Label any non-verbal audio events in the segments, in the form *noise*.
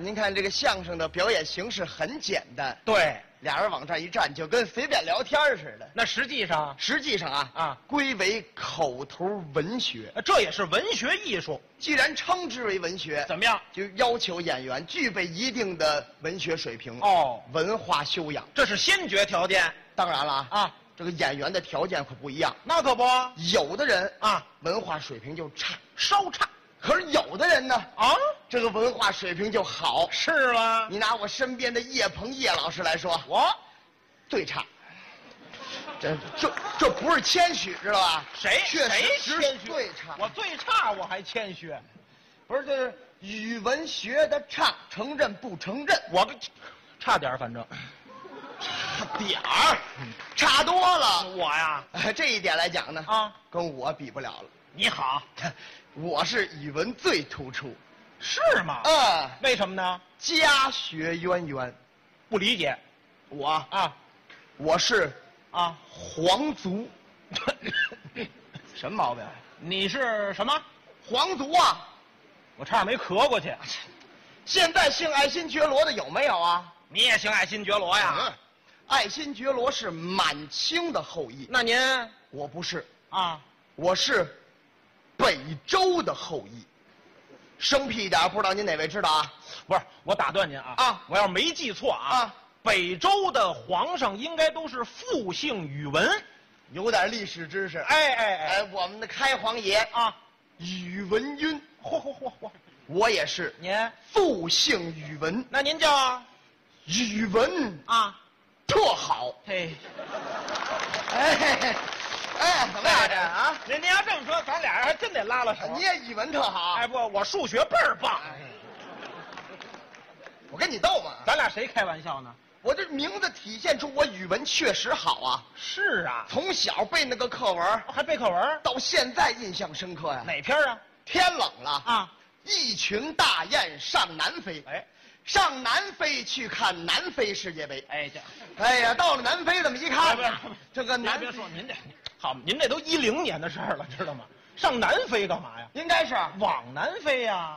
您看这个相声的表演形式很简单，对，俩人往这一站，就跟随便聊天似的。那实际上实际上啊啊归为口头文学。呃这也是文学艺术，既然称之为文学，怎么样？就要求演员具备一定的文学水平哦文化修养。这是先决条件当然了啊，啊。这个演员的条件可不一样，那可不，有的人啊，文化水平就差，稍差可是有的人呢，啊，这个文化水平就好。是吗？你拿我身边的叶鹏叶老师来说，我最差。这这这不是谦虚，知道吧？谁确谁实谦虚？最差。我最差，我还谦虚，不是，这是语文学的差，承认不承认？我个差点儿，反正点儿， *laughs* 差多了。啊我呀哎这一点来讲呢，啊，跟我比不了了，你好，我是语文最突出，是吗？啊，为什么呢？家学渊源。不理解我啊我是啊！皇族， *laughs* 什么毛病？啊你是什么？皇族啊！我差点没咳过去。现在姓爱新觉罗的有没有啊？你也姓爱新觉罗呀？嗯爱新觉罗是满清的后裔，那您我不是，啊，我是北周的后裔。生僻一点，不知道您哪位知道啊？不是我打断您啊啊我要是没记错啊啊北周的皇上应该都是复姓宇文。有点历史知识。哎哎哎哎，我们的开皇爷啊！宇文赟，嚯嚯嚯嚯！我也是您复姓宇文，那您叫宇文啊？特好。嘿，哎哎，怎么样这啊？您您要这么说，咱俩人还真得拉拉手。哎哎你也语文特好哎，不，我数学倍儿棒。我跟你逗嘛，咱俩谁开玩笑呢？我这名字体现出我语文确实好啊，是啊，从小背那个课文，还背课文？到现在印象深刻呀。哪篇啊？天冷了啊，一群大雁上南飞，哎上南非去看南非世界杯。哎，这哎呀，到了南非这么一看哎呢不是，这个您南别说您这，好，您这都一零年的事儿了，知道吗？上南非干嘛呀？应该是往南飞呀，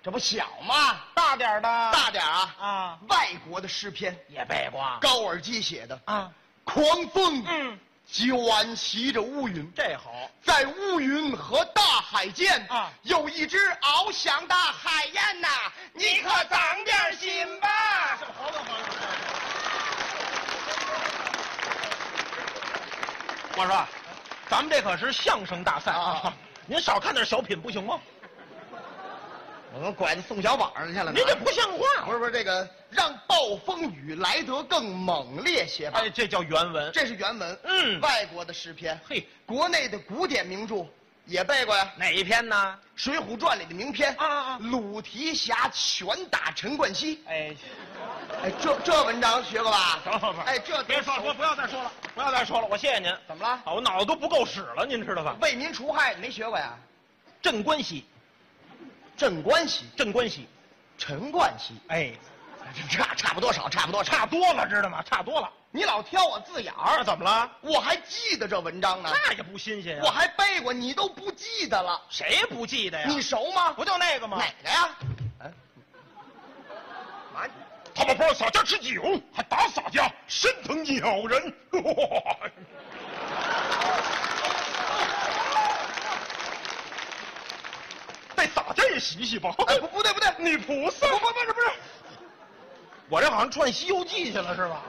这不小吗？大点儿的，大点儿啊，啊外国的诗篇，也背过高尔基写的啊，狂风，嗯，卷袭着乌云，这好，在乌云和大海间啊有一只翱翔的海燕呐、你可长点心吧。好吧好吧。我说，咱们这可是相声大赛啊啊，您少看点小品不行吗？我们拐到宋小宝上去了呢您这 *laughs* 不像不话。是不是这个让暴风雨来得更猛烈些吧？哎，这叫原文。这是原文，嗯外国的诗篇，嘿，国内的古典名著也背过呀，哪一篇呢？ 《水浒传》里的名篇啊啊啊鲁提辖拳打陈冠希，哎，哎，这这文章学过吧？等会儿，哎，这别说了，不不要再说了，不要再说了，我谢谢您。怎么了？啊，我脑子都不够使了，您知道吧？为民除害没学过呀？镇关西，镇关西，镇关西，陈冠希，哎，差差不多少，差不多少。差多了，知道吗？差多了。你老挑我字眼儿，啊，怎么了？我还记得这文章呢，那也不新鲜呀、嗯我还背过，你都不记得了。谁不记哎得呀？你熟吗？不就那个吗？哪个呀？哎，嘛你？他们包洒家吃酒，还打洒家，身疼咬 *laughs* 人。带洒家也洗洗吧。哎，不不对不对，女菩萨，不不不是不是，我这好像串《西游记》去了是吧？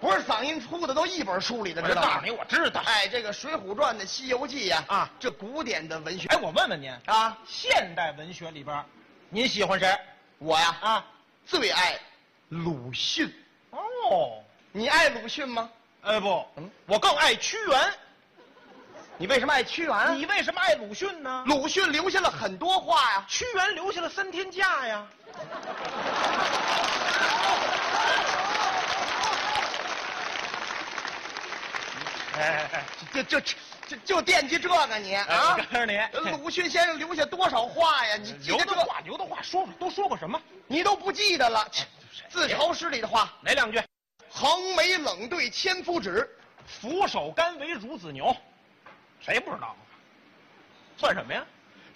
不是嗓音出的都一本书里的，我知这道告诉吗你，？我知道。哎，这个《水浒传》的《西游记》呀，啊这古典的文学哎，我问问您，啊，现代文学里边，您喜欢谁？我呀啊，最爱鲁迅。哦，你爱鲁迅吗？哎不，嗯我更爱屈原。你为什么爱屈原？你为什么爱鲁迅呢？鲁迅留下了很多话呀，屈原留下了三天假呀。哎哎就就就就惦记这个你哎！啊我告！诉 *laughs* 你，鲁迅先生留下多少话呀？你记刘得德这，华，刘德华说说都说过什么？你都不记得哎了。自嘲诗里的话：哪两句？横眉冷对千夫指，俯首甘为孺子牛，谁不知道啊？算什么呀？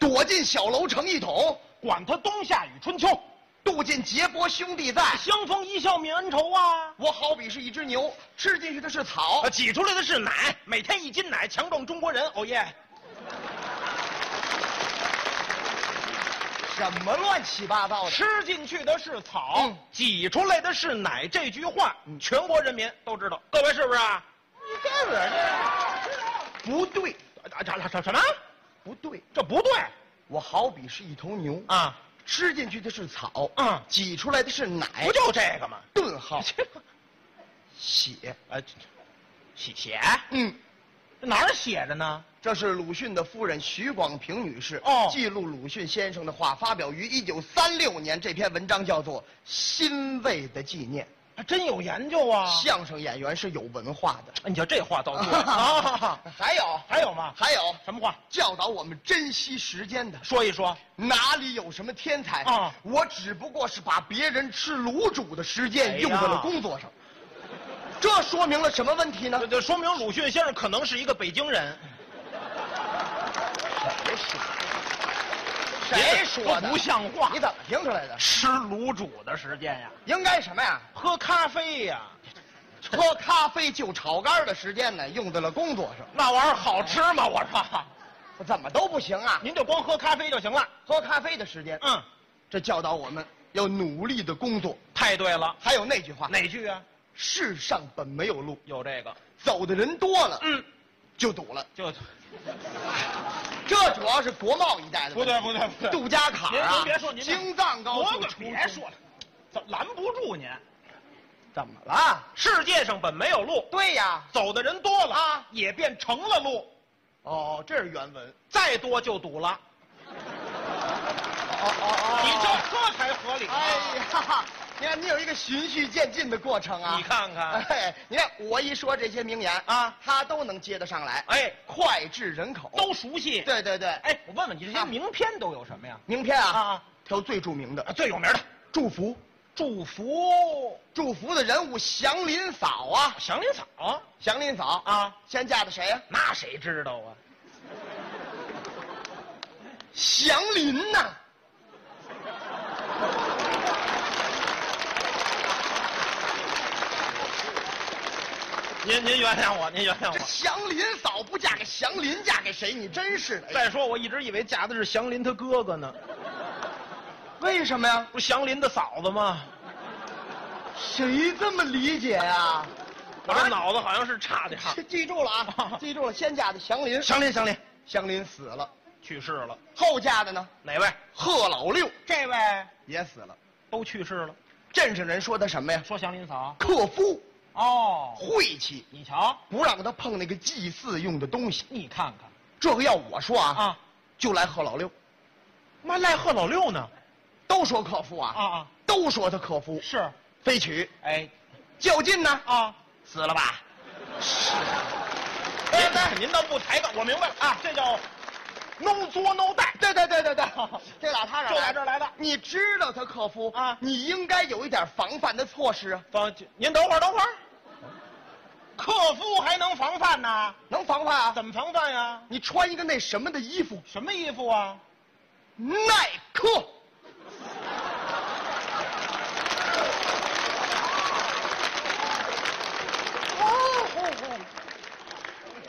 躲进小楼成一统。管他冬夏与春秋，渡尽劫波兄弟在。相逢一笑泯恩仇啊！我好比是一只牛，吃进去的是草啊，。挤出来的是奶，每天一斤奶，强壮中国人。哦耶！什么乱七八糟的？吃进去的是草，嗯挤出来的是奶。这句话，全国人民都知道，各位是不是啊？你这个不对，啊，这这什么？不对，这不对我好比是一头牛，啊！吃进去的是草，嗯挤出来的是奶不。就这个吗？顿号这个血，啊，这写写嗯，这哪儿写着呢？这是鲁迅的夫人徐广平女士哦记录鲁迅先生的话，发表于一九三六年。这篇文章叫做《欣慰的纪念》。还真有研究啊！相声演员是有文化的。哎你瞧这话倒 *laughs* 对啊！ *laughs* 还有，还有吗？还有什么话？教导我们珍惜时间的，说一说。哪里有什么天才啊我只不过是把别人吃卤煮的时哎间呀用在了工作上，这说明了什么问题呢这？这说明鲁迅先生可能是一个北京人。谁说的？不像话你怎么听出来的？吃卤煮的时间呀，应该什么呀？喝咖啡呀，喝咖啡就炒肝的时间呢，用在了工作上，那玩意儿好吃吗？我说，怎么都不行啊！您就光喝咖啡就行了。喝咖啡的时间，嗯，这教导我们要努力的工作。太对了。还有那句话，哪句啊？世上本没有路，有这个。走的人多了，嗯，就堵了。就这主要是国贸一带的问题，不对不对不对杜家坎您啊，您别说，您京藏高速我出别说了，怎么拦不住您？怎么了？世界上本没有路，对呀，走的人多了啊也变成了路，哦，这是原文。再多就堵了。哦哦哦你这这才合理啊。哎呀，你看你有一个循序渐进的过程啊。你看看哎，你看我一说这些名言啊他都能接得上来，哎，脍炙人口。都熟悉。，对对对，哎，我问问你，这些啊名片都有什么呀？名片啊，啊挑最著名啊，的最有名的祝福，祝福祝福的人物祥林嫂啊，祥林嫂，祥林嫂啊，先嫁的谁呀？那谁知道啊？祥林呐、您您原谅我，您原谅这我。祥林嫂不嫁给祥林，嫁给谁？你真是的！哎再说，我一直以为嫁的是祥林他哥哥呢，为什么呀？不是祥林的嫂子吗？啊谁这么理解啊？我这脑子好像是差点儿。记住了 *laughs* 啊，记住了，先嫁的祥林，祥林，祥林祥林死了，去世了，后嫁的呢？哪位？贺老六这位也死了。都去世了。镇上人说他什么呀？说祥林嫂克夫，哦，晦气，你瞧，不让他碰那个祭祀用的东西。你看看这个要我说啊，啊，就来贺老六，妈赖贺老六呢？都说克夫啊，啊啊，都说他克夫，是，非娶，哎较劲呢，啊，死了吧？哎哎，您倒不抬杠，我明白了啊，这叫 no 作 no 带，对对对对对， *laughs* 这俩他啊就在这儿来的。你知道他克夫啊你应该有一点防范的措施啊，方，您等会儿，等会儿，克夫还能防范呢？能防范啊？怎么防范呀？你穿一个那什么的衣服，什么衣服啊？耐克。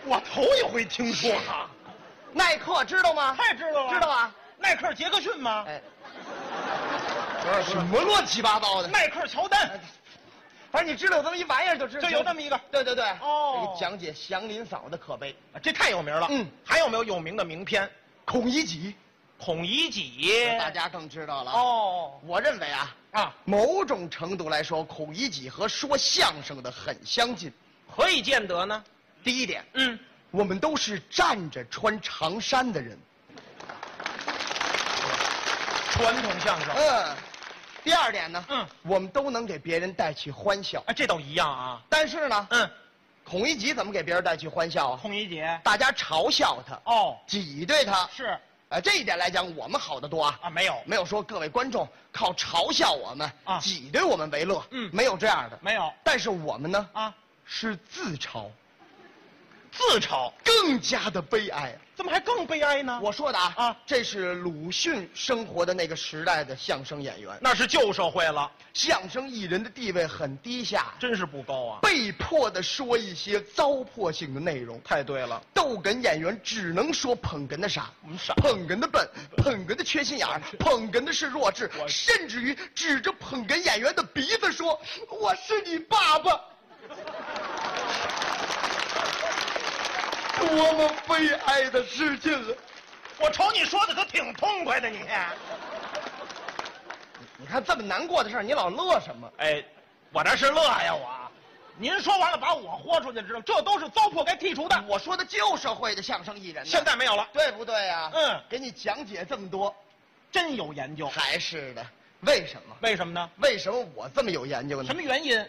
我头一回听说啊，耐克知道吗？太知道了，知道啊。耐克杰克逊吗？哎，不是什么乱七八糟的，耐克乔丹，反正你知道有这么一玩意儿就知道。就有这么一个对对对。哦给你讲解祥林嫂的可悲。这太有名了。嗯还有没有有名的名片？孔乙己，孔乙己，大家更知道了。，哎哦我认为啊，啊，某种程度来说，孔乙己和说相声的很相近。何以见得呢？第一点，嗯，我们都是站着穿长衫的人。传统相声，嗯。第二点呢，嗯我们都能给别人带去欢笑。哎，这倒一样啊。但是呢，嗯，孔乙己怎么给别人带去欢笑啊？孔乙己，大家嘲笑他，哦，挤兑他。是呃，这一点来讲，我们好得多啊。啊，没有，没有说各位观众靠嘲笑我们、啊挤兑我们为乐，嗯没有这样的。没有但是我们呢，啊，是自嘲。自嘲，更加的悲哀。怎么还更悲哀呢？我说的啊，啊这是鲁迅生活的那个时代的相声演员，那是旧社会了，相声艺人的地位很低下，真是不高啊！被迫的说一些糟粕性的内容。太对了，逗哏演员只能说捧哏的傻，我们傻捧哏的笨，捧哏的缺心眼儿，捧哏的是弱智，我甚至于指着捧哏演员的鼻子说：“我是你爸爸。” *laughs* 多么悲哀的事情啊！我瞅你说的可挺痛快的，你。你看这么难过的事儿，你老乐什么？哎，我这是乐呀，我。您说完了，把我豁出去，知道这都是糟粕该剔除的。我说的旧社会的相声艺人呢，现在没有了，对不对呀、嗯给你讲解这么多，真有研究。还是的，为什么？为什么呢？为什么我这么有研究呢？什么原因？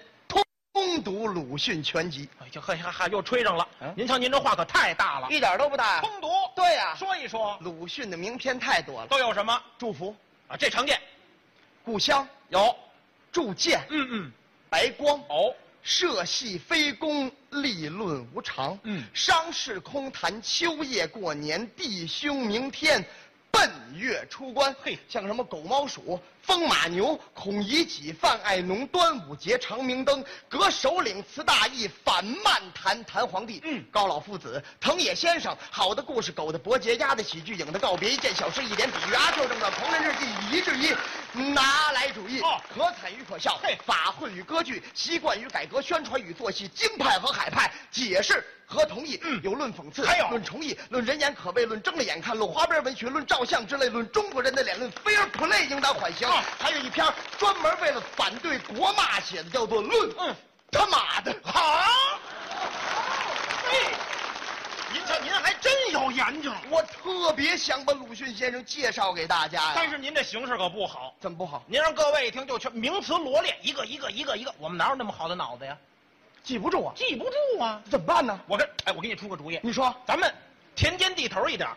攻读鲁迅全集，哎呀，嘿哈哈，又吹上了。嗯您瞧，您这话可太大了。一点都不大。通读，对啊呀、说一说鲁迅的名篇太多了，都有什么祝福、啊？这常见故乡、有，铸剑、嗯嗯，白光、哦，社戏非公，立论无常。嗯商事空谈，秋夜过年，弟兄明天。奔月出关，嘿像什么狗猫鼠、风马牛、孔乙己、范爱农、端午节、长明灯、革首领、词大义、反漫谈、谈皇帝，嗯高老夫子、藤野先生、好的故事、狗的伯爵、鸭的喜剧、影的告别、一件小事、一点比喻、啊阿 Q 正传、狂人日记、以一制一、拿来主义、哦可惨与可笑，嘿法混与歌剧，习惯与改革，宣传与做戏，京派和海派，解释和同意，嗯有论讽刺，还有论重义，论人言可畏，论睁了眼看，论花边文学，论照相之类，论中国人的脸，论 fair play 应当缓刑，啊还有一篇专门为了反对国骂写的，叫做《论》。嗯，他妈的，啊好。嘿，您瞧，您还真有研究。我特别想把鲁迅先生介绍给大家呀，但是您这形式可不好。怎么不好？您让各位一听就全名词罗列，一个一个一个一个，我们哪有那么好的脑子呀？记不住啊，记不住啊！怎么办呢？我跟哎，我给你出个主意，你说，咱们田间地头一点，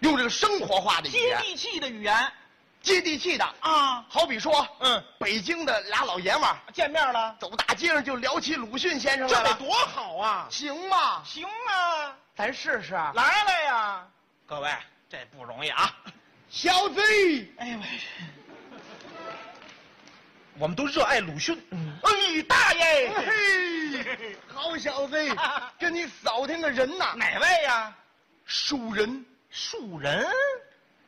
用这个生活化的语接言，地气的语言接地气的，啊。好比说，嗯，北京的俩老爷们儿见面了，走大街上就聊起鲁迅先生这来得了，多好啊！行吗？行啊，咱试试啊，来了呀，各位，这不容易啊！小子，哎呦喂，我们都热爱鲁迅，嗯，你大爷嘿，好小 *laughs* 子，跟你扫听个人呐，哪位呀？蜀人树人，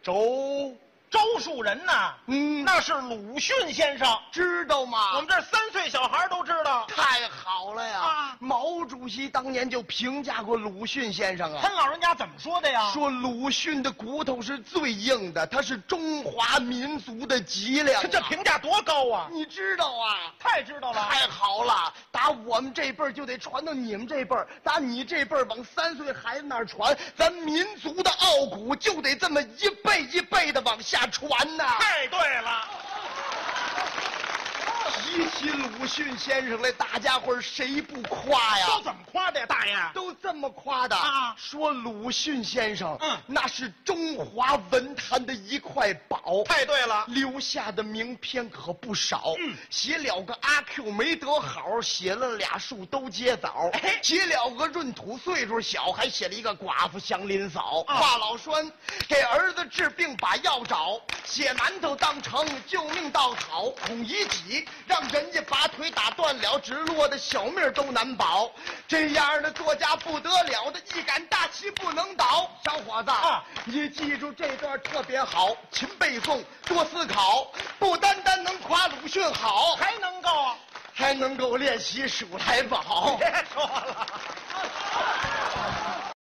周，周树人呐，嗯，那是鲁迅先生。知道吗？我们这儿三岁小孩都知道，太好了呀、啊毛主席当年就评价过鲁迅先生他啊。老人家怎么说的呀？说鲁迅的骨头是最硬的，他是中华民族的脊梁、啊这这评价多高啊！你知道啊？太知道了，太好了，打我们这辈儿就得传到你们这辈儿，打你这辈儿往三岁孩子那儿传，咱民族的傲骨就得这么一辈一辈的往下传呐、太对了，提起鲁迅先生来，大家伙儿谁不夸呀？都怎么夸的呀，大爷？都这么夸的啊说鲁迅先生，嗯那是中华文坛的一块宝，太对了，留下的名篇可不少。嗯写了个阿 Q 没得好，写了俩树都结枣；哎写了个闰土岁数小，还写了一个寡妇祥林嫂。啊话老栓给儿子治病把药找，写馒头当成救命稻草。孔乙己让人家把腿打断了，直落的小命都难保。这样的作家不得了的，一杆大旗不能倒。小伙子，啊你记住这段特别好，勤背诵，多思考，不单单能夸鲁迅好，还哦还能够？还能够练习数来宝。 *laughs* 别说了。